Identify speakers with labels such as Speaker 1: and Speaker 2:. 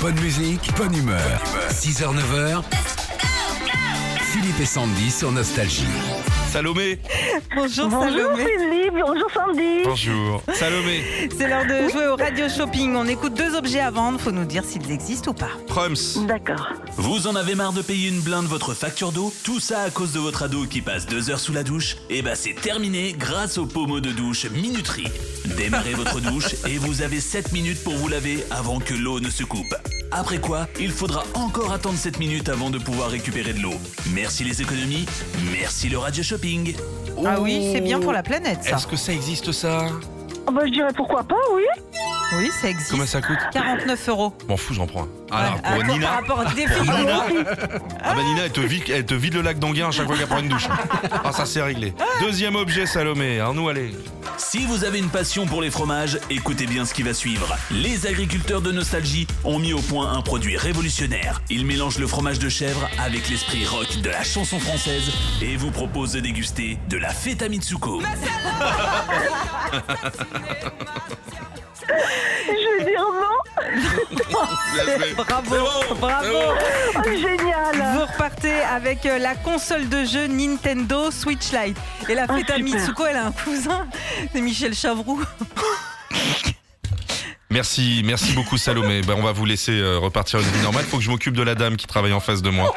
Speaker 1: Bonne musique, bonne humeur. 6h, 9h. Philippe et Sandy sur Nostalgie.
Speaker 2: Salomé
Speaker 3: Bonjour,
Speaker 4: Bonjour
Speaker 3: Salomé.
Speaker 4: Philippe, bonjour Sandy.
Speaker 2: Bonjour. Salomé,
Speaker 3: C'est l'heure de jouer au radio shopping. On écoute deux objets à vendre. Faut nous dire s'ils existent ou pas.
Speaker 2: Prums,
Speaker 4: D'accord.
Speaker 5: Vous en avez marre de payer une blinde votre facture d'eau Tout ça à cause de votre ado qui passe deux heures sous la douche Eh bah c'est terminé grâce au pommeau de douche Minuterie. Démarrez votre douche et vous avez 7 minutes pour vous laver avant que l'eau ne se coupe. Après quoi, il faudra encore attendre 7 minutes avant de pouvoir récupérer de l'eau. Merci les économies, merci le radio shopping.
Speaker 3: Ah
Speaker 2: Oh.
Speaker 3: oui, c'est bien pour la planète, ça.
Speaker 2: est-ce que ça existe ça
Speaker 4: Oh, bah, je dirais pourquoi pas, oui.
Speaker 3: Oui, ça existe.
Speaker 2: Comment ça coûte
Speaker 3: 49 euros.
Speaker 2: M'en fous, j'en prends un. Alors,
Speaker 3: Ouais, à-
Speaker 2: pour
Speaker 3: Par
Speaker 2: Nina,
Speaker 3: rapport à des filles.
Speaker 2: ah bah Nina, elle te, vide, elle te vide le lac d'Anguin à chaque fois qu'elle prend une douche. Ah, ça c'est réglé. Deuxième objet, Salomé. Arnaud, allez.
Speaker 5: Si vous avez une passion pour les fromages, écoutez bien ce qui va suivre. Les agriculteurs de Nostalgie ont mis au point un produit révolutionnaire. Ils mélangent le fromage de chèvre avec l'esprit rock de la chanson française et vous proposent de déguster de la feta Mitsuko.
Speaker 4: Je veux dire non.
Speaker 3: Bravo,
Speaker 2: bon,
Speaker 3: bravo.
Speaker 4: Oh, génial.
Speaker 3: Vous repartez avec euh, la console de jeu Nintendo Switch Lite. Et la
Speaker 2: Ah,
Speaker 3: fête à
Speaker 4: super.
Speaker 3: Mitsuko, elle a un cousin, c'est Michel Chavroux.
Speaker 2: Merci, merci beaucoup Salomé. Ben, on va vous laisser euh, repartir une vie normale. Faut que je m'occupe de la dame qui travaille en face de moi.